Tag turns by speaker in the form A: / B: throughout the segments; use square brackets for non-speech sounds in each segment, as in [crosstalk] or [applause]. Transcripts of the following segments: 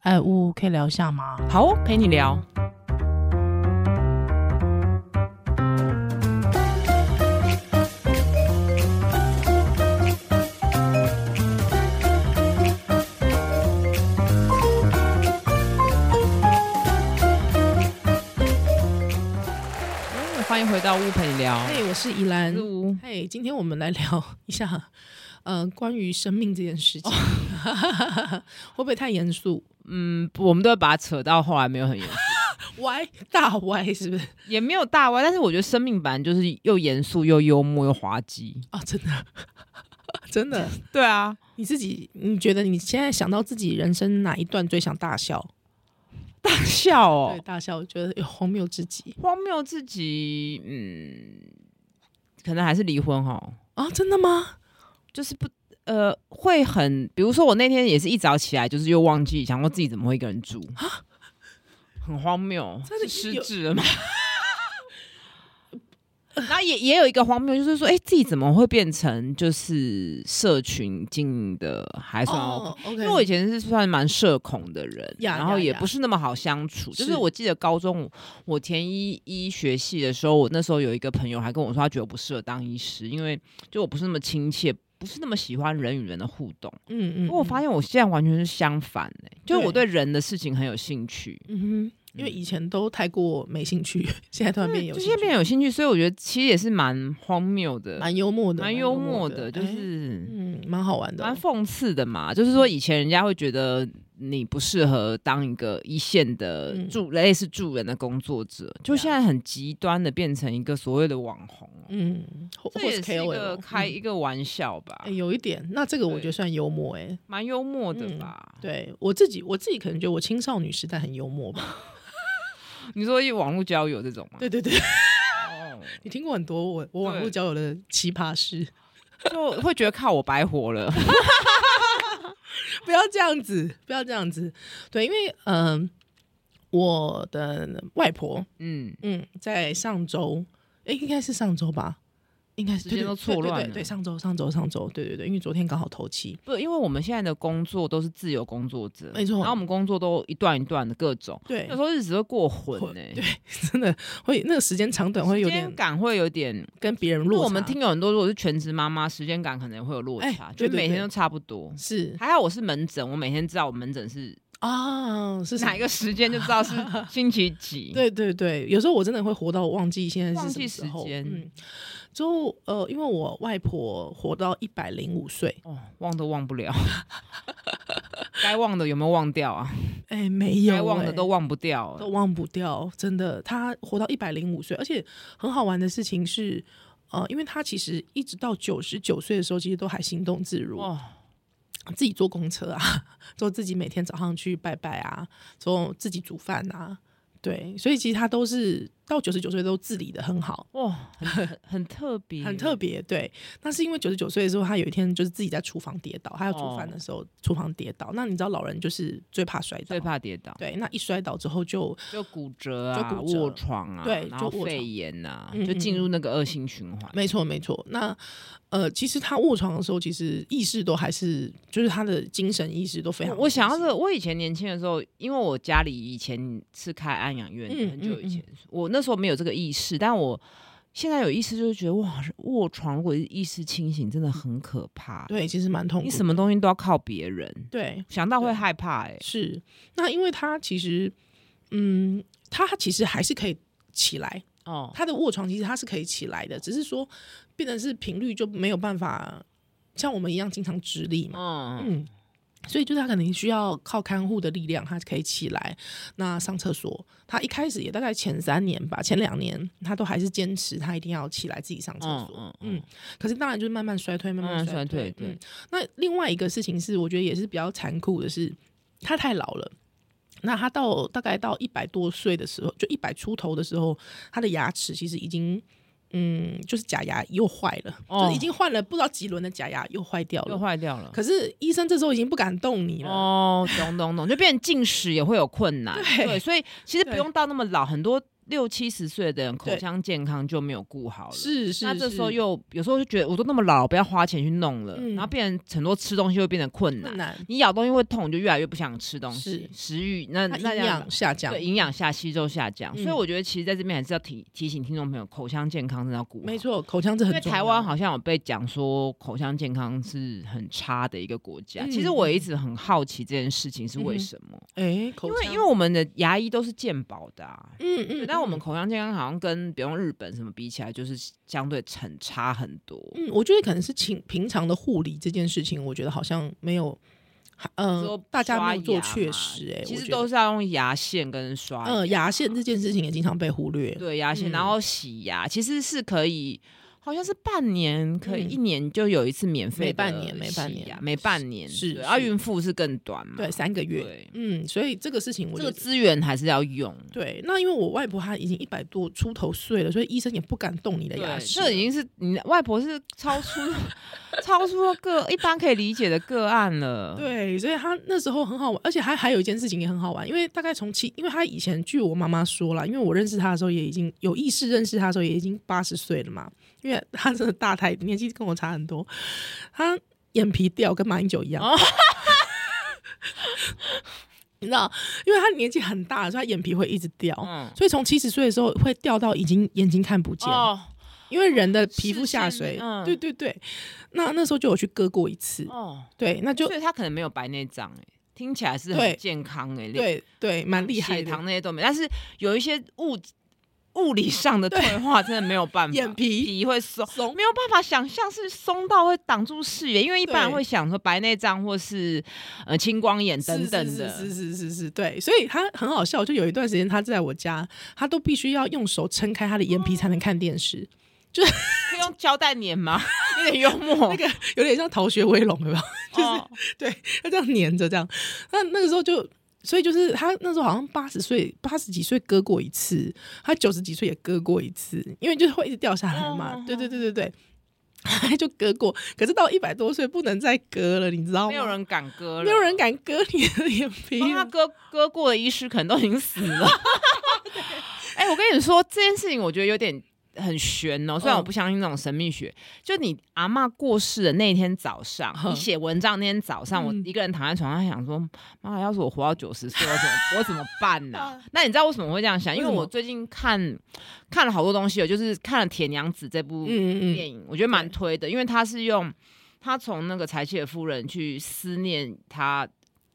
A: 哎，呜，可以聊一下吗？
B: 好哦，陪你聊。嗯欢迎回到屋陪你聊，
A: 嘿，我是宜兰
B: 是。屋
A: 嘿，今天我们来聊一下，呃，关于生命这件事情， [laughs] 会不会太严肃？
B: 嗯，不我们都会把它扯到后来没有很严肃，
A: 歪大歪是不 [laughs] 是？
B: [laughs] 也没有大歪，但是我觉得生命本来就是又严肃又幽默又滑稽。
A: 啊、真的， [laughs] 真的，
B: 对啊，
A: 你自己，你觉得你现在想到自己人生哪一段最想大笑？
B: 大笑哦
A: 对，，大笑，我觉得有荒谬至极
B: 荒谬自己，嗯，可能还是离婚哈，
A: 啊！真的吗？
B: 就是不呃会很，比如说我那天也是一早起来，就是又忘记想过自己怎么会一个人住，很荒谬，
A: 啊真的
B: 是失
A: 有
B: 智了吗？ [laughs] 然后也也有一个荒谬，就是说，哎、自己怎么会变成就是社群经营的还算 OK？、
A: 哦，OK，
B: 因为我以前是算蛮社恐的人，
A: 呀
B: 然
A: 呀
B: 后也
A: 呀
B: 不是那么好相处。就是
A: 是
B: 我记得高中我填医医学系的时候，我那时候有一个朋友还跟我说，他觉得我不适合当医师，因为就我不是那么亲切，不是那么喜欢人与人的互动。
A: 嗯嗯，
B: 不过我发
A: 现，
B: 现我现在完全是相反哎、就是我对
A: 对
B: 人的事情很有兴趣。
A: 嗯哼，因为以前都太过没兴趣， [laughs] 现在突然变有
B: 嗯就
A: 兴
B: 现在
A: 趣，
B: 变有兴趣，所以我觉得其实也是蛮荒谬的，
A: 蛮幽默的，
B: 蛮幽默的，就
A: 哎
B: 是
A: 嗯，蛮好玩的
B: 蛮
A: 哦，
B: 讽刺的嘛，就是说以前人家会觉得你不适合当一个一线的
A: 嗯
B: 助、类似助人的工作者，就
A: Yeah
B: 现在很极端的变成一个所谓的网红哦、
A: 嗯，或
B: 这
A: 或
B: 也是
A: KOL
B: 一个开
A: 嗯
B: 一个玩笑吧
A: 哎，有一点，那这个我
B: 对
A: 觉得算幽默哎。
B: 蛮幽默的
A: 嗯
B: 吧？
A: 对我自己，我自己可能觉得我青少女时代很幽默
B: [laughs]
A: 吧。
B: 你说一网络交友这种吗？
A: 对对 [laughs] 对，
B: 哦，
A: 你听过很多我我网络
B: 对
A: 交友的奇葩事， [laughs]
B: 哦就会觉得靠我白活了。
A: 不要这样子，不要这样子。对，因为嗯、我的外婆，
B: 嗯，
A: 嗯，在上周，哎，应该是上周吧，应该是
B: 时间
A: 对对
B: 都错乱
A: 对对
B: 了
A: 对对，上周，上周，上周，对对对，因为昨天刚好头七，
B: 不，因为我们现在的工作都是自由工作者，
A: 没错
B: 然后我们工作都一段一段的各种，
A: 对
B: 有时，候日子会过混
A: 混
B: 呢、
A: 对， [laughs] 真的会那个时间长短会有
B: 时间
A: 点
B: 感会有点
A: 跟别人
B: 如
A: 落
B: 果
A: 差。
B: 我们听有很多，如果是全职妈妈，时间感可能会有落差，
A: 哎
B: 就
A: 对
B: 每
A: 对
B: 天
A: 对
B: 都差不多。
A: 是
B: 还好我是门诊，我每天知道我门诊是
A: 啊，是什
B: 哪一
A: 么？
B: 个时间，就
A: [laughs]
B: 知道是星期几。，
A: 对对对，有时候我真的会活到忘记现在
B: 忘
A: 是什
B: 记
A: 么
B: 时
A: 时候。
B: 间
A: 嗯，就呃，因为我外婆活到一百零五岁，
B: 哦，忘都忘不了，该忘的有没有忘掉啊？
A: 哎，没有、
B: 该忘的
A: 哎
B: 都忘不掉
A: 都
B: 了。
A: 忘不掉，真的，她活到一百零五岁，而且很好玩的事情是，呃，因为她其实一直到九十九岁的时候，其实都还行动自如，
B: 哦，
A: 自己坐公车啊， [laughs] 之后自己每天早上去拜拜啊，之后自己煮饭啊，对，所以其实她都是到九十九岁都自理的很好。
B: 哇，很哦很 [laughs] 很特别，
A: 很特
B: 别。
A: 别，对。那是因为九十九岁的时候，他有一天就是自己在厨房跌倒，他要煮饭的时候、厨房跌倒。那你知道老人就是最怕摔倒
B: 哦最，怕跌倒，
A: 对。那一摔倒之后就
B: 就骨折啊，
A: 就骨折
B: 卧床啊，
A: 对
B: 然后
A: 就卧
B: 肺
A: 床
B: 炎啊，
A: 嗯
B: 就进
A: 嗯
B: 入那个恶性循环。
A: 没错没错。那呃，其实他卧床的时候，其实意识都还是就是他的精神意识都非常。
B: 我想要是，我以前年轻的时候，因为我家里以前是开安养院的，
A: 嗯
B: 很久
A: 嗯
B: 以
A: 嗯
B: 前，我那时候没有这个意识，但我现在有意识，就是觉得哇，卧床如果意识清醒，真的很可怕。
A: 对，其实蛮痛苦
B: 你
A: 的。
B: 什么东西都要靠别人，
A: 对
B: 想到会
A: 对
B: 害怕哎、
A: 是？那因为他其实嗯，他其实还是可以起来，
B: 哦，
A: 他的卧床其实他是可以起来的，只是说变成是频率就没有办法像我们一样经常直立嘛。
B: 嗯，
A: 嗯，所以就是他可能需要靠看护的力量，他可以起来。那上厕所，他一开始也大概前三年吧，前两年他都还是坚持他一定要起来自己上厕所。
B: 嗯嗯
A: 嗯可是当然就是慢慢衰退，慢
B: 慢
A: 慢
B: 慢衰
A: 衰退。
B: 退对
A: 嗯，那另外一个事情是，我觉得也是比较残酷的是，他太老了。那他到大概到一百多岁的时候，就一百出头的时候，他的牙齿其实已经，嗯，就是假牙又坏了，
B: 哦
A: 就是已经换了不知道几轮的假牙又坏掉
B: 又
A: 了。
B: 坏掉了。哦
A: 可是医生这时候已经不敢动你了。
B: 哦，懂懂懂，就变成进食也会有困难，
A: 对
B: 对，所以其实不
A: 对
B: 用到那么老，很多六七十岁的人口
A: 对
B: 腔健康就没有顾好了。
A: 是是，
B: 那这时候
A: 是
B: 又有时候就觉得我都那么老，不要花钱去弄了，
A: 嗯
B: 然后变成很多吃东西会变得困难，
A: 困难，
B: 你咬东西会痛，你就越来越不想吃东西，食欲那
A: 它
B: 那
A: 营
B: 这样
A: 养下降
B: 对，营养下吸收下降，所以
A: 嗯
B: 我觉得其实在这边还是要提提醒听众朋友，口腔健康真的要顾好。
A: 没错，口腔这
B: 因
A: 很
B: 为
A: 重
B: 台
A: 要
B: 湾好像有被讲说口腔健康是很差的一个国家，
A: 嗯
B: 其实我一直很好奇这件事情是为什么，
A: 哎，口
B: 因为
A: 腔
B: 因为我们的牙医都是健保的、啊。
A: 嗯嗯，
B: 但我们
A: 嗯
B: 口腔健康好像跟比如日本什么比起来，就是相对很差很多。
A: 嗯，我觉得可能是请平常的护理这件事情，我觉得好像没有，嗯、
B: 说
A: 大家没
B: 刷
A: 有做
B: 牙
A: 确
B: 嘛
A: 实、哎，
B: 其
A: 我
B: 实
A: 觉得
B: 都是要用牙线跟刷牙。
A: 呃牙线这件事情也经常被忽略，
B: 对牙线，
A: 嗯
B: 然后洗牙，其实是可以，好像是半年可以、
A: 嗯
B: 一年就有一次免费的
A: 每半年每半
B: 洗牙
A: 年
B: 每半年
A: 是
B: 对啊，
A: 是
B: 孕妇是更短嘛，
A: 对，三个月，
B: 对，
A: 嗯，所以这个事情我觉
B: 这个
A: 得。
B: 资源还是要用。
A: 对，那因为我外婆她已经一百多出头岁了，所以医生也不敢动你的牙
B: 对，
A: 齿。
B: 这已经是你的外婆是超出 [laughs] 超出个一般可以理解的个案了。，
A: 对，所以她那时候很好玩，而且还还有一件事情也很好玩，因为大概从七，因为她以前据我妈妈说啦，因为我认识她的时候也已经有意识认识她的时候也已经八十岁了嘛，因为她真的大太年纪跟我差很多，她眼皮掉跟马英九一样。
B: 哦
A: [laughs] 你知道，因为她年纪很大，所以她眼皮会一直掉，
B: 嗯，
A: 所以从七十岁的时候会掉到已经眼睛看不见。
B: 哦
A: 因为人的皮肤下
B: 视
A: 垂
B: 线，嗯
A: 对对对。那那时候就有去割过一次，
B: 哦，
A: 对，那就
B: 所以她可能没有白内障哎，听起来是
A: 对
B: 很健康哎，
A: 对对，蛮厉害
B: 血
A: 的。
B: 糖那些都没，但是有一些物物理上的退化，真的没有办法，
A: [laughs] 眼皮
B: 皮会松，
A: [laughs] 松
B: 没有办法想象是松到会挡住视野，因为一般人
A: 对
B: 会想说白内障或是呃青光眼等等的，
A: 是是是是是是，对，所以他很好笑。就有一段时间，他在我家，他都必须要用手撑开他的眼皮才能看电视，
B: 可以用胶带粘吗？有点幽
A: 哦
B: 默，
A: [laughs] 那个有点像《逃学威龙》，有没有？ [laughs] 就是
B: 哦
A: 他这样粘着这样。那那个时候就，所以就是他那时候好像八十岁、八十几岁割过一次，他九十几岁也割过一次，因为就是会一直掉下来嘛。
B: 嗯
A: 对对对对对， [laughs] 就割过。可是到一百多岁不能再割了，你知道吗？
B: 没有人敢割了，
A: 没有哦人敢割你的眼皮
B: 帮他
A: 了。
B: 割割过的医师可能都已经死了。 [laughs] 哎、我跟你说这件事情，我觉得有点很悬哦。虽然
A: 嗯
B: 我不相信那种神秘学，就你阿嬷过世的那一天早上，
A: 嗯
B: 你写文章那天早上，我
A: 嗯
B: 一个人躺在床上想说，妈，要是我活到九十岁，我怎么我怎么办呢、 [laughs] 那你知道为什么我会这样嗯想？因为
A: 为什么
B: 我最近看看了好多东西哦，就是看了《铁娘子》这部
A: 嗯嗯嗯，
B: 电影，我觉得蛮推的，因为他是用他从那个柴契尔夫人去思念他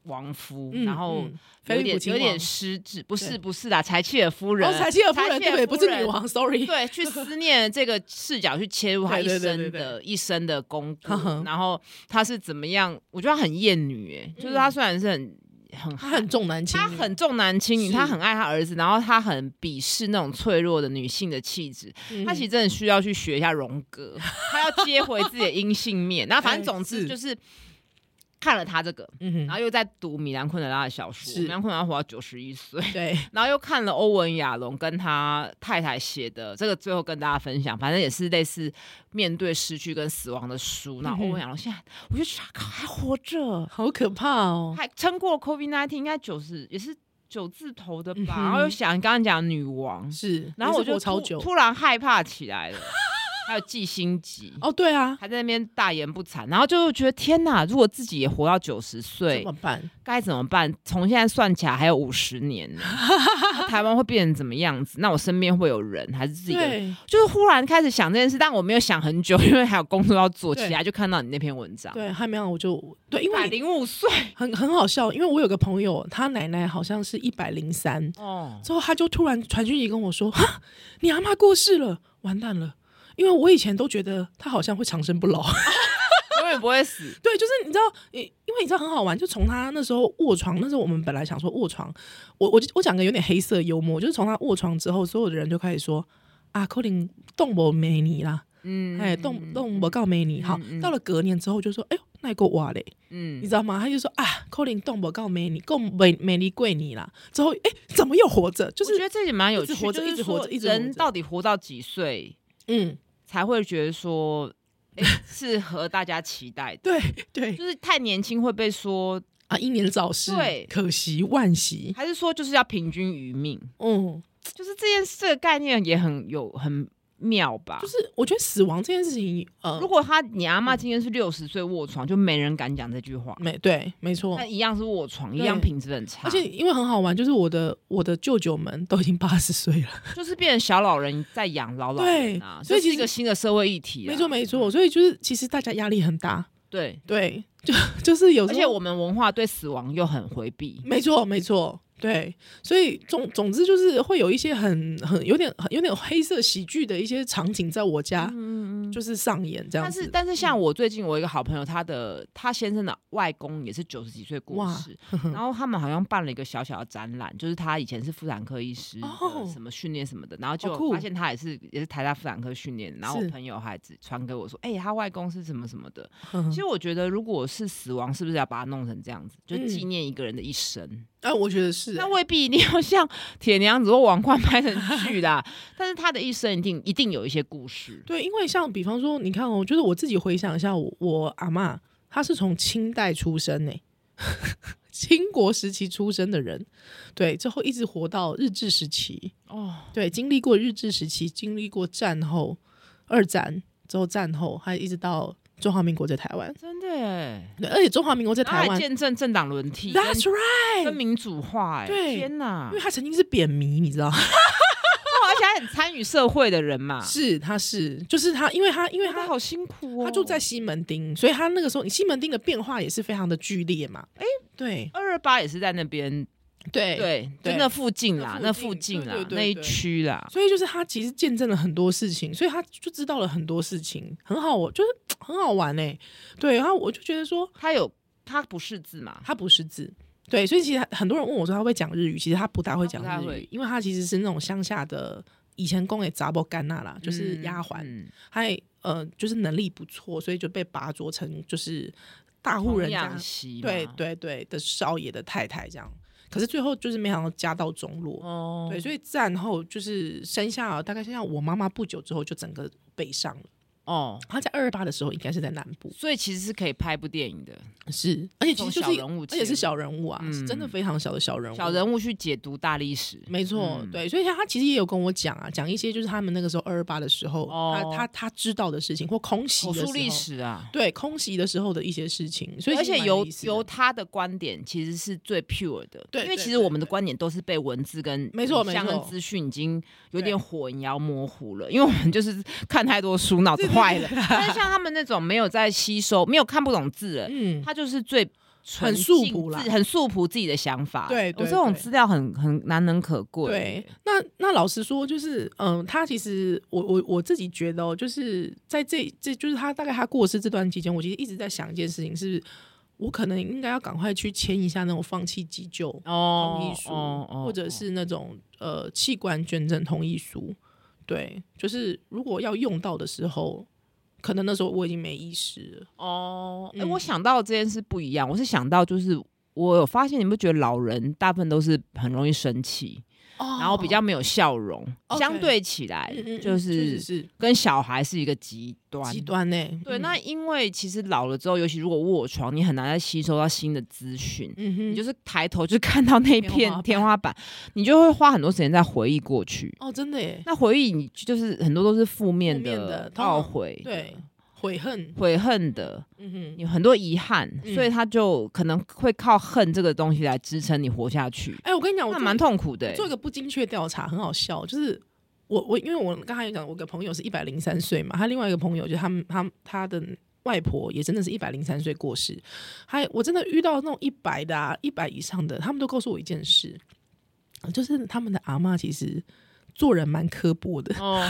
B: 亡夫，
A: 嗯
B: 然后
A: 嗯菲
B: 有
A: 利
B: 点
A: 普亲
B: 有点
A: 王
B: 失智，不是
A: 对
B: 不是啦，柴契尔夫人，
A: 哦，柴契尔夫人对不对？不是女
B: 夫人。
A: 王，sorry。 [laughs]
B: 对，去思念这个视角去切入他一
A: 对对对对
B: 生的一生的功
A: [laughs] 呵呵
B: 课，然后他是怎么样？我觉得他很厌女，哎，就是
A: 嗯嗯
B: 他虽然是很很
A: 他很重男轻
B: 他
A: 女，
B: 很重男轻女，
A: 是
B: 他很爱他儿子，然后他很鄙视那种脆弱的女性的气质，
A: 嗯
B: 他其实真的需要去学一下荣格，
A: [laughs]
B: 他要接回自己的阴性面。然后反正总
A: 哎
B: 之
A: 是
B: 就是看了他这个，
A: 嗯
B: 然
A: 哼
B: 后又在读米兰昆德拉的小说，
A: 是
B: 米兰昆德拉活到九十一岁，
A: 对
B: 然后又看了欧文亚龙跟他太太写的这个，最后跟大家分享，反正也是类似面对失去跟死亡的书。那
A: 嗯哼
B: 欧文亚龙现在，我觉得他靠还活着，
A: 好可怕哦。
B: 还哎撑过 COVID nineteen，应该九十也是九字头的吧。
A: 嗯哼
B: 然后又想刚刚讲女王，
A: 是，
B: 然后我
A: 也是
B: 就
A: 活超
B: 突
A: 久。
B: 突然害怕起来了，还有记心急，
A: 哦，对啊，
B: 还在那边大言不惭，然后就觉得天哪，如果自己也活到九十
A: 怎
B: 岁
A: 么，办？
B: 该怎么办？从现在算起来还有五十年
A: [laughs]
B: 呢，那台湾会变成怎么样子？那我身边会有人还是自己的？
A: 对
B: 就是忽然开始想这件事，但我没有想很久，因 [laughs] 为还有工作要做。
A: 对
B: 起来就看到你那篇文章，
A: 对，还没有，我就对，因
B: 百
A: 为你
B: 零五
A: [laughs]
B: 岁
A: 很很好笑，因为我有个朋友，他奶奶好像是一百零三，
B: 哦，
A: 之后他就突然传讯息跟我说：“哈，你阿妈过世了，完蛋了。”因为我以前都觉得她好像会长生不老，
B: 永远不会死。
A: 对，就是你知道，因因为你知道很好玩，就从他那时候卧床，那时候我们本来想说卧床，我我就我讲个有点黑色幽默，就是从他卧床之后，所有的人就开始说啊，柯林动我没你啦，
B: 嗯，
A: 哎，动动我告没你，好，
B: 嗯嗯
A: 到了隔年之后就说，哎呦，那个哇嘞，你
B: 嗯，
A: 知道吗？他就说啊，柯林动我告没你，够美美丽贵你啦，之后哎，怎么又活着？就
B: 我觉
A: 是
B: 得这也蛮有
A: 一直
B: 趣，
A: 活着
B: 就是
A: 一直活着
B: 说
A: 一直活
B: 人
A: 着
B: 到底活到几岁？
A: 嗯，
B: 才会觉得说，诶 [laughs] 是和大家期待的。
A: 对对
B: 就是太年轻会被说，
A: 啊，英年早逝，
B: 对
A: 可惜万惜，
B: 还是说就是要平均余命？
A: 嗯，
B: 就是这件事的概念也很有很妙吧？
A: 就是嗯我觉得死亡这件事情，呃
B: 啊如，果他你阿妈今天是六十岁卧床，就没人敢讲这句话。
A: 没对，没错
B: 那。一样是卧床，一样
A: 哦对
B: 品质很差，
A: 而且因为很好玩，就是我的我的舅舅们都已经八十岁了，
B: 就是变成小老人在养老老人啊，
A: 对
B: 这
A: 所以其
B: 是
A: 实
B: 一个新的社会议题啊。
A: 没错没错，所以就是其实大家压力很大，
B: 对，
A: 对，就就是有时
B: 而
A: 候
B: 且我们文化对死亡又很回避，
A: 没错，没错，对，所以总总之就是会有一些很很有点很有点黑色喜剧的一些场景在我家、
B: 嗯嗯。
A: 就是上演这样
B: 但
A: 子。嗯
B: 是但是像我最近我有一个好朋友，他的他先生的外公也是九十几岁过
A: 哇
B: 世，然后他们好像办了一个小小的展览，就是他以前是妇产科医师的
A: 哦
B: 什么训练什么的，然后就
A: 酷
B: 发现他也是也是台大妇产科训练，然后我
A: 是
B: 朋友还只传给我说，哎、他外公是什么什么的，
A: 嗯
B: 其实我觉得，如果是死亡，是不是要把它弄成这样子，就
A: 嗯
B: 纪念一个人的一生？
A: 啊，我觉得是、
B: 那、未必一定要像铁娘子或王冠拍成
A: [laughs]
B: 剧啦，但是他的一生一定一定有一些故事。
A: 对，因为像比方说，你看哦，就是我自己回想一下我，我阿嬷她是从清代出生呢、 [laughs] 清国时期出生的人，对，之后一直活到日治时期，
B: 哦，
A: 对，经历过日治时期，经历过战后、二战之后战后，还一直到中华民国在台湾，
B: 真的耶，
A: 对，而且中华民国在
B: 在
A: 台湾
B: 见证政党轮替跟
A: ，That's right，
B: 跟民主化，
A: [laughs]
B: 哎，
A: 对
B: 天哪
A: 因为！他曾经是扁迷，你知道，
B: 哇而且他很参与社会的人嘛，
A: [laughs] 是他是，就是他，因为他因为
B: 哇他
A: 他。
B: 啊好辛苦哦。
A: 他住在西门町，所以他那个时候，你西门町的变化也是非常的剧烈嘛。哎、对
B: 二二八也是在那边，
A: 对，
B: 对，就
A: 对
B: 那附近啦，那
A: 那
B: 附
A: 附近
B: 近啦
A: 对，对对
B: 那一
A: 对
B: 区啦，
A: 所以就是他其实见证了很多事情，所以他就知道了很多事情，很好，我就是很好玩哎、对，然后我就觉得说
B: 他有他不识字嘛，
A: 他不识字，对，所以其实很多人问我说他会讲日语，其实他不大会讲
B: 他不太
A: 日
B: 会
A: 语，因为他其实是那种乡下的，以前公给杂波干那啦，就是丫鬟。
B: 嗯
A: 还呃，就是能力不错，所以就被拔擢成就是大户人家
B: 养，媳，
A: 对，对对的少爷的太太这样。可是最后就是没想到家道中落，
B: 哦，
A: 对，所以战后就是生下大概生下我妈妈不久之后就整个北上了。
B: 哦，
A: 她在二二八的时候应该是在南部，
B: 所以其实是可以拍部电影的，
A: 是，而且其实就
B: 从小
A: 是一
B: 人物
A: 而
B: 切
A: 且是
B: 入
A: 小人物啊，是真的
B: 嗯
A: 非常小的小人物，
B: 小人物去解读大历史，
A: 没错，
B: 嗯
A: 对，所以他其实也有跟我讲啊，讲一些就是他们那个时候二二八的时候，
B: 哦
A: 他他他知道的事情或空袭
B: 口
A: 的时
B: 述
A: 候，
B: 历史啊。
A: 对空袭的时候的一些事情，所以
B: 而
A: 其实
B: 且
A: 蛮
B: 由
A: 意思的
B: 由他的观点其实是最 pure 的，
A: 对
B: 因
A: 对
B: 为其
A: 对
B: 实我们的观点都是被文字跟
A: 没错
B: 影像
A: 没错
B: 跟资讯已经有点混淆模糊了，因为我们就是看太多书，脑子坏了。但是像他们那种没有在吸收、没有看不懂字的，
A: 嗯，
B: 他就是最纯
A: 很素
B: 净
A: 朴
B: 自
A: 啦
B: 很素朴自己的想法。
A: 对
B: 我
A: 对
B: 这种
A: 对
B: 资料很很难能可贵。
A: 对，那那老实说，就是嗯，他其实我我我自己觉得、哦，就是在这这就是他大概他过世这段期间，我其实一直在想一件事情是，我可能应该要赶快去签一下那种放弃急救
B: 哦，
A: 同意书，
B: 哦哦
A: 或者是那种呃器官捐赠同意书。对，就是如果要用到的时候，可能那时候我已经没意识了。
B: 哦，哎、
A: 嗯
B: 我想到这件事不一样，我是想到就是我有发现，你不觉得老人大部分都是很容易生气，
A: 哦
B: 然后比较没有笑容，
A: OK
B: 相对起来
A: 嗯嗯嗯
B: 就
A: 确实
B: 是
A: 是
B: 跟小孩是一个极端。
A: 极端呢、
B: 对，
A: 嗯
B: 那因为其实老了之后，尤其如果卧床，你很难再吸收到新的资讯。
A: 嗯哼，
B: 你就是抬头就看到那
A: 天
B: 片
A: 花板
B: 天花板，你就会花很多时间在回忆过去。
A: 哦，真的耶，
B: 那回忆你就是很多都是负面
A: 负面
B: 的
A: 的、通
B: 懊
A: 常
B: 悔的、
A: 对，悔恨，
B: 悔恨的，
A: 嗯哼，
B: 有很多遗憾，
A: 嗯
B: 所以他就可能会靠恨这个东西来支撑你活下去，
A: 哎、我跟你讲，我
B: 那
A: 做
B: 蛮痛苦的、
A: 做一
B: 欸。
A: 个不精确调查，很好笑，就是。我我因为我刚才有讲，我有个朋友是一百零三岁嘛，他另外一个朋友就是他们他他的外婆也真的是一百零三岁过世，还我真的遇到那种一百的啊一百以上的，他们都告诉我一件事，就是他们的阿嬷其实做人蛮刻薄的， [laughs]
B: 哦，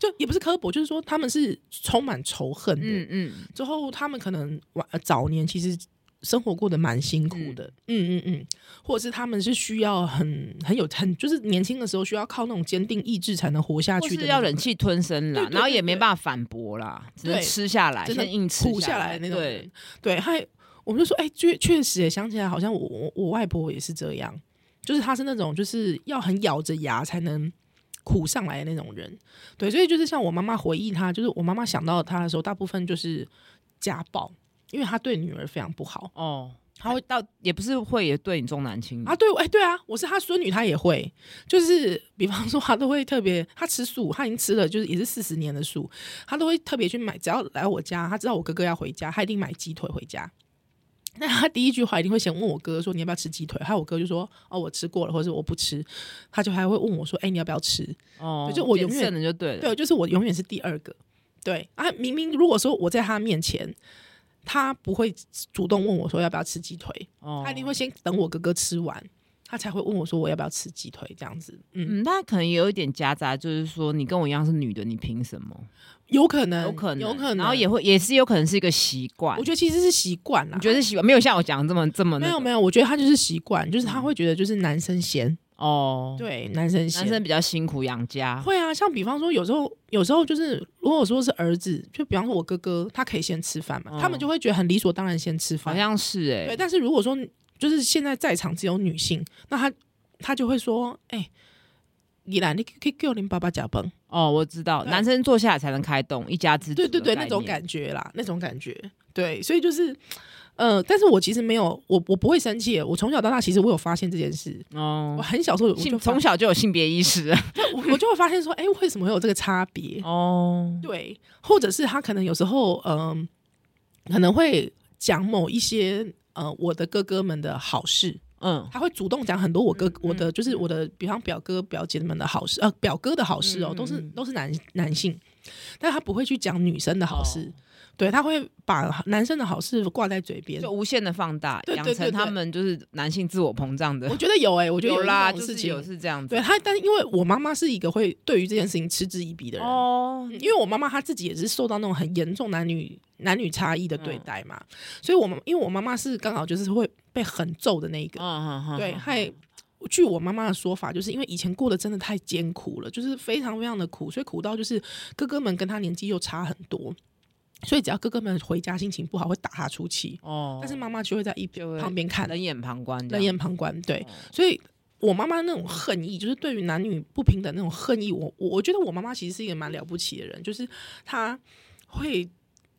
A: 就也不是刻薄，就是说他们是充满仇恨的，
B: 嗯嗯，
A: 之后他们可能晚呃早年其实生活过得蛮辛苦的，嗯嗯嗯，或者是他们是需要很很有很就是年轻的时候需要靠那种坚定意志才能活下
B: 或
A: 去的
B: 是
A: 那
B: 要
A: 种
B: 忍气吞声啦
A: 对，对
B: 然后
A: 对
B: 也没
A: 对
B: 办法反驳啦，只能
A: 对
B: 吃下来，
A: 真的
B: 先硬吃
A: 苦下来
B: 来
A: 的那种人
B: 对，，
A: 对，还我们就说，哎、确确实也想起来，好像我我我外婆也是这样，就是她是那种就是要很咬着牙才能。苦上来的那种人，对，所以就是像我妈妈回忆她，就是我妈妈想到她的时候，大部分就是家暴，因为她对女儿非常不好，
B: 哦，
A: 他会
B: 到也不是会也对你重男轻女
A: 啊，对，哎、对啊，我是他孙女，他也会，就是比方说，他都会特别，他吃素，他已经吃了，就是也是四十年的素，他都会特别去买，只要来我家，他知道我哥哥要回家，他一定买鸡腿回家。那他第一句话一定会先问我哥说你要不要吃鸡腿，还有我哥就说哦我吃过了，或者是我不吃，他就还会问我说哎、你要不要吃？
B: 哦
A: 就我永远
B: 变剩的就对了，
A: 对，就是我永远是第二个。对啊，明明如果说我在他面前，他不会主动问我说要不要吃鸡腿，
B: 哦
A: 他一定会先等我哥哥吃完，他才会问我说我要不要吃鸡腿这样子。嗯，
B: 嗯，但可能也有一点夹杂，就是说你跟我一样是女的，你凭什么？
A: 有可能，
B: 嗯有可能，
A: 有可能。
B: 然后也，会也是有可能是一个习惯。
A: 我觉得其实是习惯啦。
B: 你觉得是习惯，没有像我讲的这么这么那
A: 没有
B: 个
A: 没有，我觉得他就是习惯，就是他会觉得就是男生先，
B: 哦，，
A: 对，嗯男生先。
B: 男生比较辛苦养家，
A: [laughs] 会啊，像比方说，有时候有时候就是，如果说是儿子，就比方说我哥哥，他可以先吃饭嘛，
B: 嗯
A: 他们就会觉得很理所当然先吃
B: 好
A: 饭。
B: 像是哎、
A: 对，但是如果说就是现在在场只有女性，那她她就会说：“哎、依兰，你可以给我你爸爸加班。
B: 哦，我知道，
A: 对
B: 男生坐下来才能开动，一家之”主，
A: 对对对，那种感，觉啦，那种感觉。对，所以就是，呃，但是我其实没有，我我不会生气。我从小到大，其实我有发现这件事。我
B: 哦，
A: 很小时候我就
B: 性
A: 发
B: 从小就有性别意识
A: [laughs]
B: 了，
A: 我我就会发现说，哎、为什么会有这个差别？
B: 哦，
A: 对，或者是他可能有时候，嗯、可能会讲某一些，呃，我的哥哥们的好事，
B: 嗯，
A: 他会主动讲很多我哥、我的就是我的，比方表哥表姐们的好事，呃，表哥的好事哦，
B: 嗯嗯
A: 都是
B: 嗯
A: 都是男男性，但他不会去讲女生的好事，
B: 哦
A: 对他会把男生的好事挂在嘴边
B: 就。无限的放大，
A: 对
B: 养
A: 对
B: 成
A: 对
B: 他
A: 对
B: 们就是男性自我膨胀的
A: 我，觉得有哎、我觉得
B: 啦，
A: 这种
B: 就
A: 事
B: 是
A: 情。
B: 有是这样子
A: 对，他，但因为我妈妈是一个会对于这件事情嗤之以鼻的人，
B: 哦，
A: 因为我妈妈她自己也是受到那种很严重男女男女差异的
B: 嗯
A: 对待嘛，所以我们因为我妈妈是刚好就是会被狠揍的那一个，
B: 嗯嗯
A: 对，还据我妈妈的说法，就是因为以前过得真的太艰苦了，就是非常非常的苦，所以苦到就是哥哥们跟她年纪又差很多，所以只要哥哥们回家心情不好会打她出气，
B: 哦，
A: 但是妈妈就会在一
B: 就会
A: 旁边看，
B: 冷眼旁观这
A: 冷
B: 样，哦
A: 眼旁观。对，所以我妈妈那种恨意，就是对于男女不平等那种恨意，我我我觉得我妈妈其实是一个蛮了不起的人，就是她会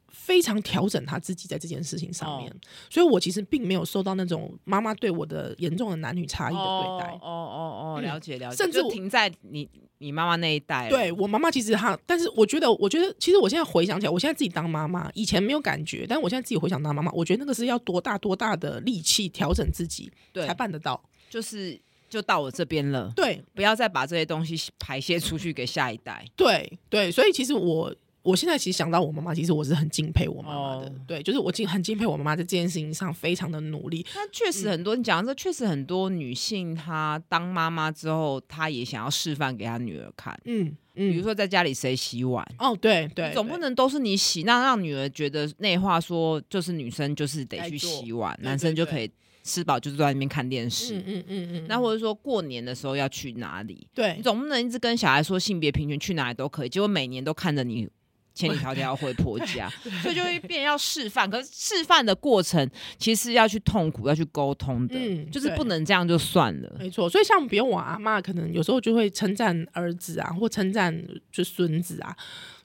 A: 非常调整她自己在这件事情上
B: 哦
A: 面，所以我其实并没有受到那种妈妈对我的严重的男女差异的对待。
B: 哦哦哦哦，
A: 嗯
B: 了解了解，
A: 甚至
B: 就
A: 我
B: 停在你你妈妈那一代了，
A: 对我妈妈其实她，但是我觉得，我觉得其实我现在回想起来，我现在自己当妈妈，以前没有感觉，但我现在自己回想当妈妈，我觉得那个是要多大多大的力气调整自己
B: 对
A: 才，办得到。
B: 就是就到我这边了，
A: 对，
B: 不要再把这些东西排泄出去给下一代。
A: 对对，所以其实我我现在其实想到我妈妈，其实我是很敬佩我妈妈的。
B: 哦
A: 对，就是我敬很敬佩我妈妈在这件事情上非常的努力。
B: 那确
A: 嗯
B: 实很多，你讲的这确实很多女性，她当妈妈之后，她也想要示范给她女儿看，
A: 嗯
B: 比如
A: 嗯，
B: 说在家里谁洗碗。
A: 哦对对，
B: 你总不
A: 对
B: 能都是你洗，那让女儿觉得内化说就是女生就是得
A: 该
B: 去
A: 做
B: 洗碗，
A: 对
B: 男生就可以吃饱就坐在那边看电视。
A: 嗯嗯嗯嗯，
B: 那或者说过年的时候要去哪里？你
A: 对
B: 总不能一直跟小孩说性别平权，去哪里都可以，结果每年都看着你千里迢迢
A: [laughs]
B: 要回婆家，所以就会变要示范。可是示范的过程其实要去痛苦，要去沟通的，
A: 嗯
B: 就是
A: 对嗯
B: 不能这样就算了。
A: 没错，所以像比如我阿妈，可能有时候就会称赞儿子啊，或称赞就孙子啊，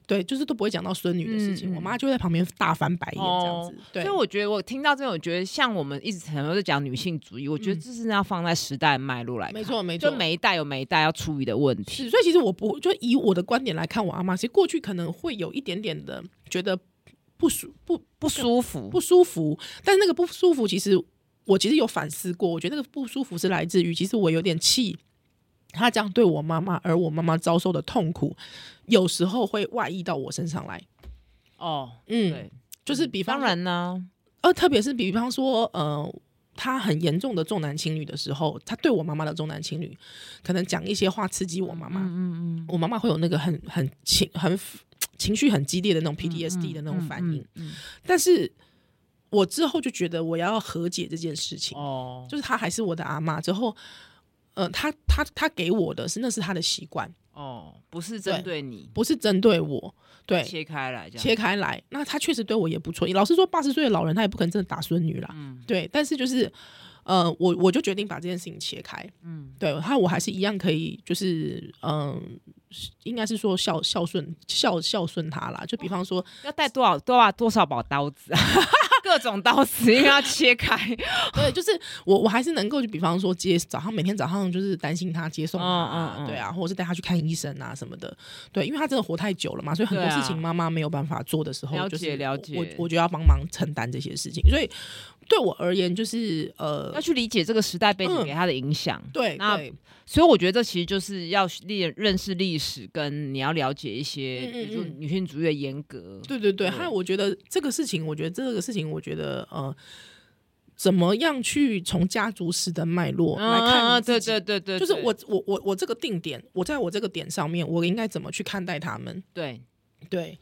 A: 对，就是都不会讲到孙女的事情。
B: 嗯嗯哦
A: 我妈就会在旁边大翻白眼这样子。对
B: 所以，我觉得我听到这种，我觉得像我们一直很多在讲女性主义，我觉得
A: 嗯
B: 这是要放在时代脉络来看，
A: 没错没错
B: 就每一代有每一代要处理的问题。
A: 是，所以其实我不就以我的观点来看，我阿妈其实过去可能会有一点点的觉得不舒不
B: 不舒服，
A: 不舒服，但是那个不舒服其实我其实有反思过，我觉得那个不舒服是来自于其实我有点气他这样对我妈妈，而我妈妈遭受的痛苦有时候会外溢到我身上来。
B: 哦，
A: 嗯
B: 对，，
A: 就是比方
B: 当
A: 说，
B: 然呢，
A: 呃，特别是比方说，呃。他很严重的重男轻女的时候，他对我妈妈的重男轻女，可能讲一些话刺激我妈妈，
B: 嗯嗯嗯，
A: 我妈妈会有那个很很情很情绪很激烈的那种 PTSD 的那种
B: 嗯
A: 反应。，
B: 嗯嗯
A: 但是我之后就觉得我要和解这件事情，
B: 哦，
A: 就是她还是我的阿妈之后。呃，她她她给我的是那是她的习惯，
B: 哦，不是针对你，
A: 不是针对我，对，
B: 切开来这样，
A: 切开来。那她确实对我也不错。老实说，八十岁的老人他也不可能真的打孙女啦，
B: 嗯
A: 对。但是就是，呃，我我就决定把这件事情切开，
B: 嗯，
A: 对，他我还是一样可以，就是嗯，是应该是说孝孝顺孝孝顺他啦。就比方说，
B: 要带多少多少多少把刀子啊？各 [laughs] 各种刀子，因为要
A: [laughs]
B: 切开，
A: 对，就是我我还是能够，就比方说接早上每天早上就是担心他接送他、啊，
B: 嗯嗯嗯
A: 对啊，或者是带他去看医生啊什么的，对，因为他真的活太久了嘛，所以很多
B: 对啊
A: 事情妈妈没有办法做的时候，
B: 了
A: 就是
B: 解了
A: 我我
B: 解
A: 我就要帮忙承担这些事情，所以对我而言就是呃
B: 要，去理解这个时代背
A: 嗯
B: 景给他的影响。
A: 对
B: 那
A: 对
B: 所以我觉得这其实就是要历认识历史，跟你要了解一
A: 嗯嗯
B: 些，比如说
A: 嗯
B: 女性主义的严格。
A: 对对对，
B: 对
A: 还有我觉得这个事情，我觉得这个事情，我觉得呃。怎么样去从家族史的脉络来看
B: 嗯
A: 你自
B: 对
A: 己
B: 对对对，
A: 就是
B: 对
A: 我我我我这个定点，我在我这个点上面，我应该怎么去看待他们？
B: 对
A: 对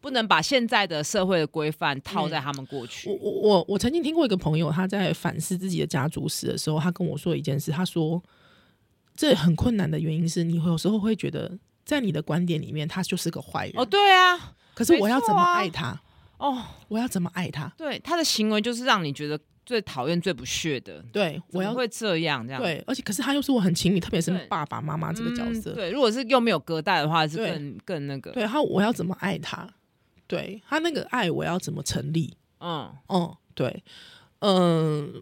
B: 不能把现在的社会的规范套在他们过去。
A: 嗯我我我我曾经听过一个朋友，他在反思自己的家族史的时候，他跟我说一件事，他说这很困难的原因是你有时候会觉得，在你的观点里面，他就是个坏人，
B: 哦，对啊，
A: 可是我要怎
B: 没
A: 么
B: 错啊
A: 爱他？
B: 哦，
A: 我要怎么爱他？
B: 对，他的行为就是让你觉得最讨厌、最不屑的。
A: 对，我
B: 怎么
A: 要
B: 会这样这样。
A: 对，而且可是他又是我很亲密，特别是
B: 对
A: 爸爸妈妈这个角
B: 嗯
A: 色，
B: 对，如果是又没有隔代的话，是
A: 对
B: 更更那个。
A: 对，他我要怎么爱他？对他那个爱，我要怎么成立？
B: 嗯，
A: 嗯，对，嗯，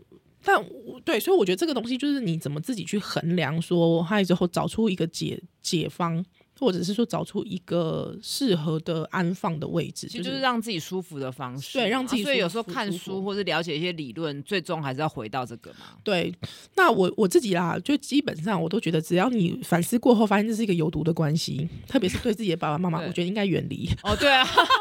A: 但我对，所以我觉得这个东西就是你怎么自己去衡量说，还有之后找出一个解解方，或者是说找出一个适合的安放的位置，
B: 其
A: 就
B: 实就是
A: 是
B: 让自己舒服的方式嘛。啊
A: 对让自己
B: 所以
A: 舒
B: 有时候
A: 服
B: 看
A: 舒服
B: 书或是了解一些理论，最终还是要回到这个嘛。
A: 对。那我我自己啦，就基本上我都觉得，只要你反思过后，发现这是一个有毒的关系，特别是对自己的爸爸妈妈，
B: [laughs] 对
A: 我觉得应该远离，
B: 哦，对啊， [laughs]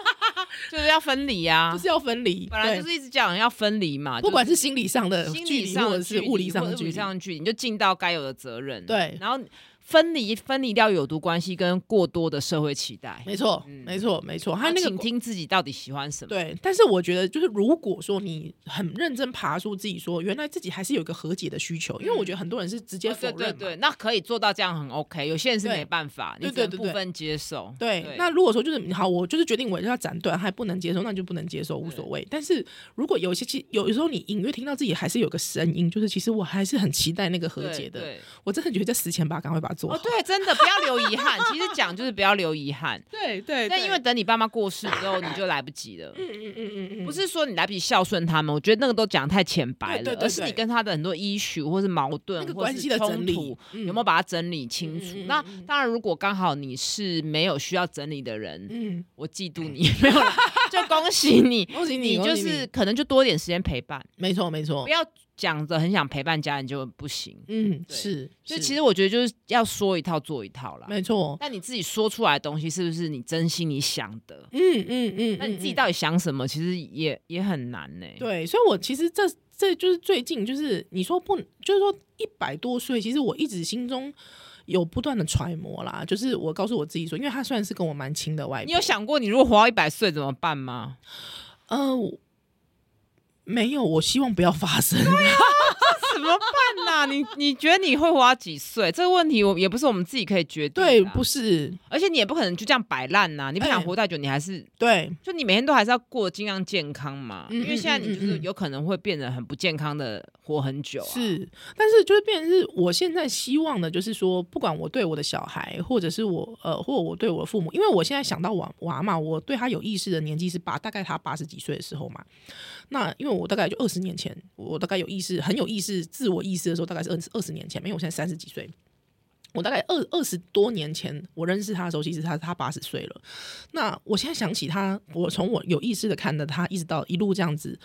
B: 就是要分离呀、
A: 就
B: 啊。
A: 是要分离。
B: 本来就
A: 对，
B: 是一直讲要分离嘛，
A: 不管
B: 就是
A: 心理上的
B: 心
A: 距
B: 理
A: 离，
B: 上
A: 或
B: 的
A: 者是
B: 距
A: 物
B: 离
A: 理
B: 或
A: 上的
B: 者
A: 距
B: 物理
A: 离，
B: 上的距离，你就尽到该有的责任。
A: 对
B: 然后分离分离掉有毒关系跟过多的社会期待，
A: 没错，
B: 嗯
A: 没错，没错。他
B: 他
A: 那个
B: 请听自己到底喜欢什么。
A: 对，但是我觉得，就是如果说你很认真爬出自己说，原来自己还是有一个和解的需求，因为我觉得很多人是直接
B: 哦
A: 否
B: 对
A: 认嘛。
B: 对对，那可以做到这样很 OK。有些人是
A: 对
B: 没办法，你
A: 对
B: 只能
A: 对对
B: 部
A: 对
B: 分接受。
A: 对那如果说就是好，我就是决定我要斩断，还不能接受，那就不能接受，无所谓。但是如果有一些，其有时候你隐约听到自己还是有个声音，就是其实我还是很期待那个和
B: 对
A: 解的。
B: 对
A: 我真的觉得在死前吧，赶快把它做好。
B: 哦，对，真的不要留遗憾。其实讲就是不要留遗憾，
A: 对 [laughs] 对
B: 但因为等你爸妈过世之后，你就来不及了。
A: 嗯嗯嗯嗯嗯，
B: 不是说你来不及孝顺他们，我觉得那个都讲得太浅白了，
A: 对对对
B: 而是
A: 对
B: 你跟他的很多 issue 或是矛盾
A: 那个
B: 或
A: 关
B: 是
A: 系的
B: 冲
A: 整理
B: 突，
A: 嗯
B: 有没有把它整理清楚？
A: 嗯嗯嗯
B: 那
A: 嗯
B: 当然，如果刚好你是没有需要整理的人，
A: 嗯，
B: 我嫉妒你，没有啦，就恭喜
A: [laughs]
B: 你，
A: 恭喜
B: 你
A: 恭
B: 就
A: 喜哦
B: 是可能就多一点时间陪伴，
A: 没错没错
B: 不，要讲着很想陪伴家人就不行。
A: 嗯
B: 对
A: 是，
B: 所以
A: 是
B: 其实我觉得就是要说一套做一套啦。
A: 没错，
B: 那你自己说出来的东西是不是你真心你想的？
A: 嗯嗯嗯，
B: 那你自己
A: 嗯
B: 到底想什么？其实也也很难呢、
A: 对，所以我其实这这就是最近就是你说不，就是说一百多岁，其实我一直心中有不断的揣摩啦，就是我告诉我自己说，因为他虽然是跟我蛮亲的外婆，
B: 你有想过你如果活到一百岁怎么办吗？ [laughs]
A: 呃。我没有，我希望不要发生。
B: 啊怎么办呐、你你觉得你会活到几岁？这个问题我也不是我们自己可以决定的啊、
A: 对，不是，
B: 而且你也不可能就这样摆烂呐。你不想活太久，你还是
A: 对，
B: 就你每天都还是要过得尽量健康嘛，
A: 嗯
B: 因为现在你
A: 嗯
B: 就是
A: 嗯嗯
B: 有可能会变得很不健康的活很久、啊。，
A: 是，但是就是变成是我现在希望的，就是说，不管我对我的小孩，或者是我呃，或我对我的父母，因为我现在想到我娃嘛，我对他有意识的年纪是八，大概他八十几岁的时候嘛。那因为我大概就二十年前，我大概有意识，很有意识，自我意识的时候，大概是二二十年前，因为我现在三十几岁。我大概二二十多年前，我认识他的时候，其实他他八十岁了。那我现在想起他，我从我有意识的看着他，一直到一路这样子，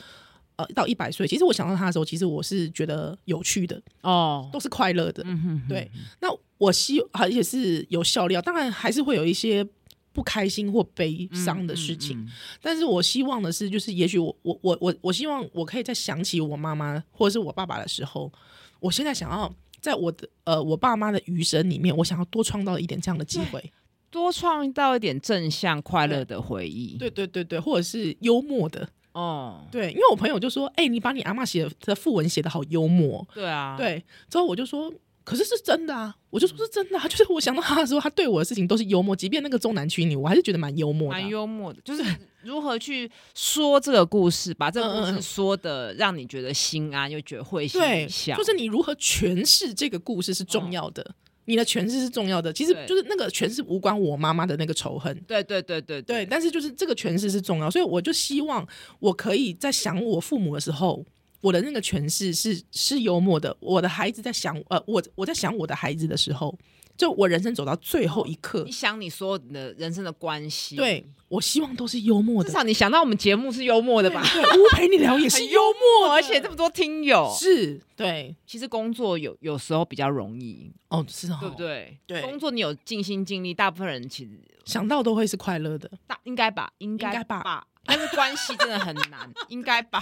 A: 呃，到一百岁。其实我想到他的时候，其实我是觉得有趣的，
B: 哦，
A: 都是快乐的。
B: 嗯哼哼，
A: 对，那我希而且是有笑料，当然还是会有一些不开心或悲伤的事情。
B: 嗯嗯嗯
A: 但是我希望的是，就是也许我我我我我希望我可以在想起我妈妈或者是我爸爸的时候，我现在想要在我的呃我爸妈的余生里面，我想要多创造一点这样的机会。
B: 多创造一点正向快乐的回忆。，
A: 对对对对，或者是幽默的。
B: 哦，
A: 对，因为我朋友就说：“哎、你把你阿嬷写的的讣文写的好幽默哦。
B: 对啊，
A: 对，之后我就说。可是是真的啊！我就说是真的啊！ [laughs] 就是我想到他的时候，他对我的事情都是幽默，即便那个中南区女，我还是觉得蛮幽默的啊、
B: 蛮幽默的，就是如何去说这个故事，把这个故
A: 嗯嗯
B: 事
A: 嗯
B: 说的让你觉得心安，又觉得会心
A: 对，
B: 一笑。
A: 就是你如何诠释这个故事是重要的。你的诠释是重要的。其实
B: 对
A: 就是那个诠释无关我妈妈的那个仇恨，
B: 对对对对
A: 对，但是就是这个诠释是重要，所以我就希望我可以在想我父母的时候。我的那个诠释是是幽默的。我的孩子在想，呃，我我在想我的孩子的时候，就我人生走到最后一刻
B: 你，想你所有的人生的关系，，
A: 对我希望都是幽默
B: 至
A: 的。
B: 少你想到我们节目是幽默的 [laughs] 吧？
A: 对，乌陪你聊也是
B: 很
A: 幽默的，
B: 而且这么多听友，
A: 是对
B: 其实工作有有时候比较容易，
A: 哦，是哦，
B: 对不？对？
A: 对
B: 工作你有尽心尽力，大部分人其实
A: 想到都会是快乐的。
B: 大应该吧，应
A: 应
B: 该
A: 该吧
B: 吧。但是关系真的很难，应该吧？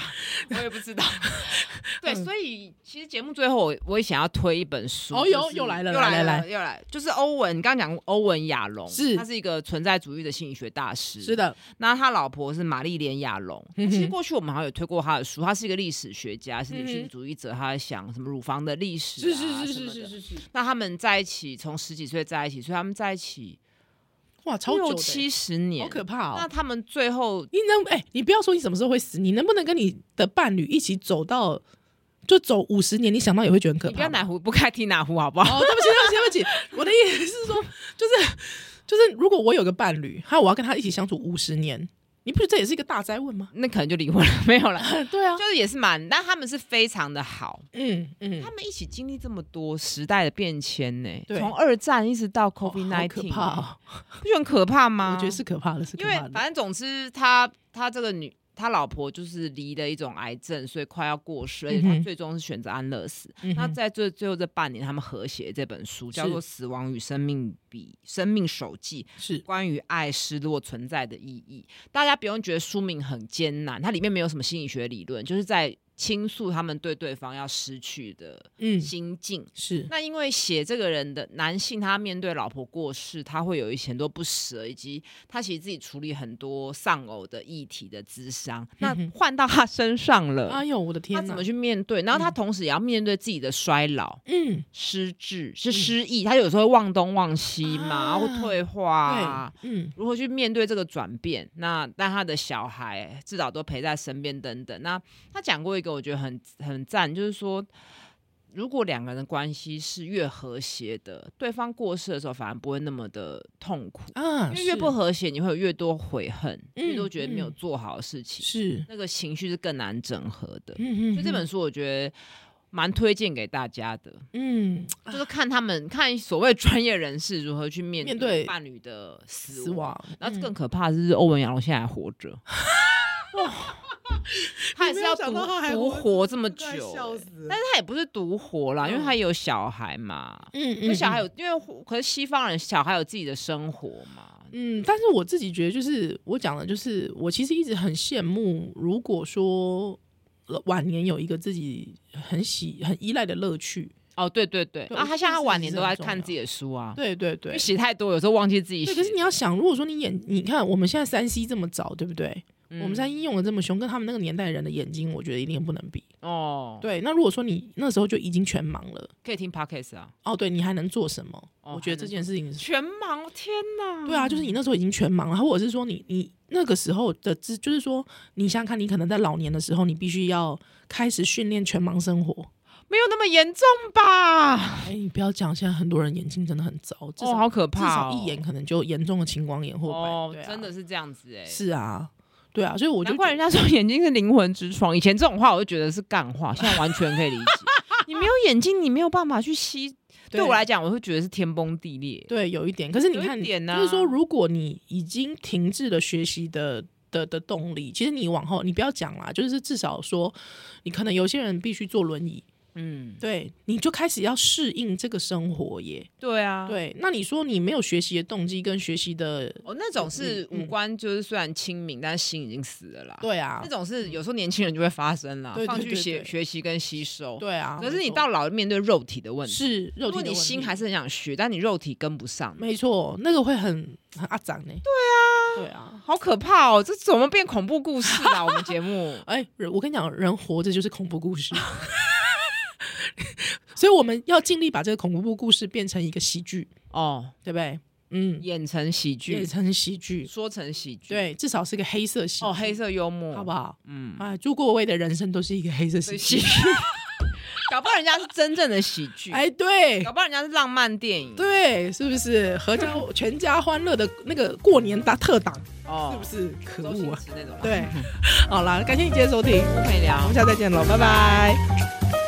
B: 我也不知道。 [laughs] 对，
A: 嗯
B: 所以其实节目最后我我也想要推一本书。
A: 哦哟
B: 就是
A: 又来了
B: 又
A: 来
B: 来
A: 来
B: 了，又来了，就是欧文，你刚刚讲欧文亚龙，
A: 是
B: 他是一个存在主义的心理学大师。
A: 是的，
B: 那他老婆是玛丽莲亚龙，
A: 嗯哼
B: 其实过去我们好像有推过他的书，他是一个历史学家，是女
A: 嗯
B: 性
A: 哼
B: 主义者，他在想什么乳房的历史、啊，
A: 是是是
B: 什么
A: 是
B: 的
A: 是是是，
B: 那他们在一起从十几岁在一起，所以他们在一起
A: 哇，超久
B: 六
A: 的
B: 七十年，
A: 好可怕
B: 那
A: 哦！
B: 他们最后
A: 你能哎、你不要说你什么时候会死，你能不能跟你的伴侣一起走到就走五十年？你想到也会觉得很可
B: 你不要
A: 怕吗。
B: 哪壶 [laughs] 不开提哪壶，好不好？
A: 哦，对不起，对不起，对不起，我的意思是说，就是就是，如果我有个伴侣，还有我要跟他一起相处五十年，你不觉得这也是一个大灾问吗？
B: 那可能就离婚了， [laughs] 没有了。
A: 对啊，
B: 就是也是蛮，但他们是非常的好，
A: 嗯嗯
B: 他，们一起经历这么多时代的变迁呢、
A: 对
B: 从二战一直到
A: 哦
B: COVID
A: 好
B: nineteen，、
A: 可怕、哦，
B: 不觉得很可怕吗？
A: 我觉得是可怕的，是可
B: 啊因为
A: 怕的。
B: 反正总之他他这个女他老婆就是离了一种癌症，所以快要过世，而且
A: 嗯
B: 他
A: 哼
B: 最终是选择安乐死。
A: 嗯
B: 那
A: 哼
B: 在最最后这半年，他们合写这本书叫做《死亡与生命比生命手记》。
A: 是
B: 关于爱、失落存在的意义，大家不用觉得书名很艰难，它里面没有什么心理学理论，就是在倾诉他们对对方要失去的
A: 嗯
B: 心境。
A: 是
B: 那因为写这个人的男性，他面对老婆过世，他会有一些很多不舍，以及他其实自己处理很多丧偶的议题的智商。那
A: 嗯哼
B: 换到他身上了
A: 哎，呦，我的
B: 他
A: 天
B: 怎
A: 哪
B: 么！去面对？然后他同时也要面对自己的衰老、
A: 嗯，
B: 失智，是失忆，他有时候会忘东忘西嘛，
A: 啊
B: 会退化啊。
A: 对，嗯
B: 如何去面对这个转变？那但他的小孩至少都陪在身边等等。那他讲过一个我觉得很很赞，就是说，如果两个人的关系是越和谐的，对方过世的时候反而不会那么的痛苦，
A: 啊，
B: 因为越
A: 是
B: 不和谐，你会有越多悔恨，
A: 嗯
B: 越多觉得没有
A: 嗯
B: 做好的事情，
A: 是，
B: 那个情绪是更难整合的。
A: 嗯嗯，
B: 所以这本
A: 书，
B: 书我觉得蛮推荐给大家的。
A: 嗯，
B: 就是看他们看所谓专业人士如何去面
A: 面对
B: 伴侣的死
A: 死亡，
B: 然后
A: 嗯
B: 更可怕的是，欧文亚龙现在还活
A: [laughs]
B: 着，他也是要独
A: 你没有想到他还
B: 独
A: 活着
B: 活这么久
A: 快笑
B: 欸，
A: 死了
B: 但是他也不是独活啦，因为
A: 嗯
B: 他也有小孩嘛，
A: 嗯
B: 有小孩
A: 有，
B: 有，因为可是西方人小孩有自己的生活嘛，
A: 嗯，但是我自己觉得，就是我讲的，就是我其实一直很羡慕，如果说呃晚年有一个自己很喜、很依赖的乐趣，
B: 哦，对对对，
A: 对
B: 然后他现在
A: 我觉得这
B: 晚
A: 其
B: 年
A: 实
B: 都
A: 很
B: 在
A: 重
B: 看
A: 要
B: 自己的书啊，
A: 对对
B: 因
A: 对
B: 为。写太多，有时候忘记自己
A: 对，
B: 写。
A: 可是你要想，如果说你眼，你看我们现在三 C 这么早，对不对？我们
B: 嗯
A: 三 C 用的这么凶，跟他们那个年代人的眼睛，我觉得一定不能比。
B: 哦，
A: 对，
B: 对，
A: 那如果说你那时候就已经全盲了，
B: 可以听 podcast 啊，
A: 哦，对你还能做什么？
B: 哦
A: 我觉得这件事情是，
B: 全盲，天哪！
A: 对啊，就是你那时候已经全盲了，或者是说你你那个时候的知，就是说你想想看，你可能在老年的时候，你必须要开始训练全盲生活。
B: 没有那么严重吧？
A: 哎，你不要讲，现在很多人眼睛真的很糟，至
B: 哦，
A: 少、
B: 好可
A: 至
B: 怕、
A: 少
B: 哦！
A: 一眼可能就严重的青光眼或白，
B: 哦
A: 对，啊
B: 真的是这样子哎、
A: 是啊，对啊，所以我就
B: 难
A: 觉
B: 怪
A: 得
B: 人家说眼睛是灵魂之窗，以前这种话我就觉得是干话，现在完全可以理 [laughs] 解。你没有眼睛，你没有办法去吸。对我来讲，我会觉得是天崩地裂。
A: 对，有一点。可是你
B: 有一
A: 看，
B: 点
A: 就是
B: 啊
A: 说，如果你已经停滞了学习的的的动力，其实你往后，你不要讲啦，就是至少说，你可能有些人必须坐轮椅，
B: 嗯，
A: 对，你就开始要适应这个生活耶。
B: 对啊，。
A: 对，那你说你没有学习的动机跟学习的，
B: 哦，那种是
A: 嗯嗯
B: 五官就是虽然清明，但是心已经死了啦。、
A: 对啊
B: 那，种是有时候年轻人就会发生啦，
A: 对对
B: 放去
A: 对
B: 学
A: 对
B: 学习跟吸收。、
A: 对啊。
B: 可是
A: 没
B: 你
A: 错
B: 到老面对肉体的问题，
A: 是肉
B: 如
A: 体
B: 果
A: 的问
B: 你心
A: 题
B: 还是很想学，但你肉体跟不上，
A: 没错，那个会很很阿长呢。对啊，对啊。
B: 好可怕哦！这怎么变恐怖故事啊？我们节目
A: 哎，人我跟你讲，人活着就是恐怖故事， [laughs] 所以我们要尽力把这个恐怖故事变成一个喜剧，
B: [laughs] 哦，
A: 对不对？嗯，
B: 演成喜
A: 也
B: 剧，
A: 成喜剧，
B: 说成喜剧，，
A: 对，至少是个黑色喜剧
B: 哦，黑色幽默，
A: 好不好？哎
B: 嗯，
A: 啊，朱国伟的人生都是一个黑色喜
B: 喜
A: 剧
B: 剧。 [laughs] 搞不好人家是真正的喜
A: [laughs]
B: 剧，
A: 哎，对
B: 搞不好人家是浪漫电影，
A: 对，是不是合
B: [laughs]
A: 家全家欢乐的那个过年大特档，是
B: 哦
A: 不，是？可
B: 周星
A: 恶啊！
B: 驰那种吧，
A: 对，好啦，感谢你今天收听，
B: 不可以聊
A: 我们。下次再见喽，拜拜。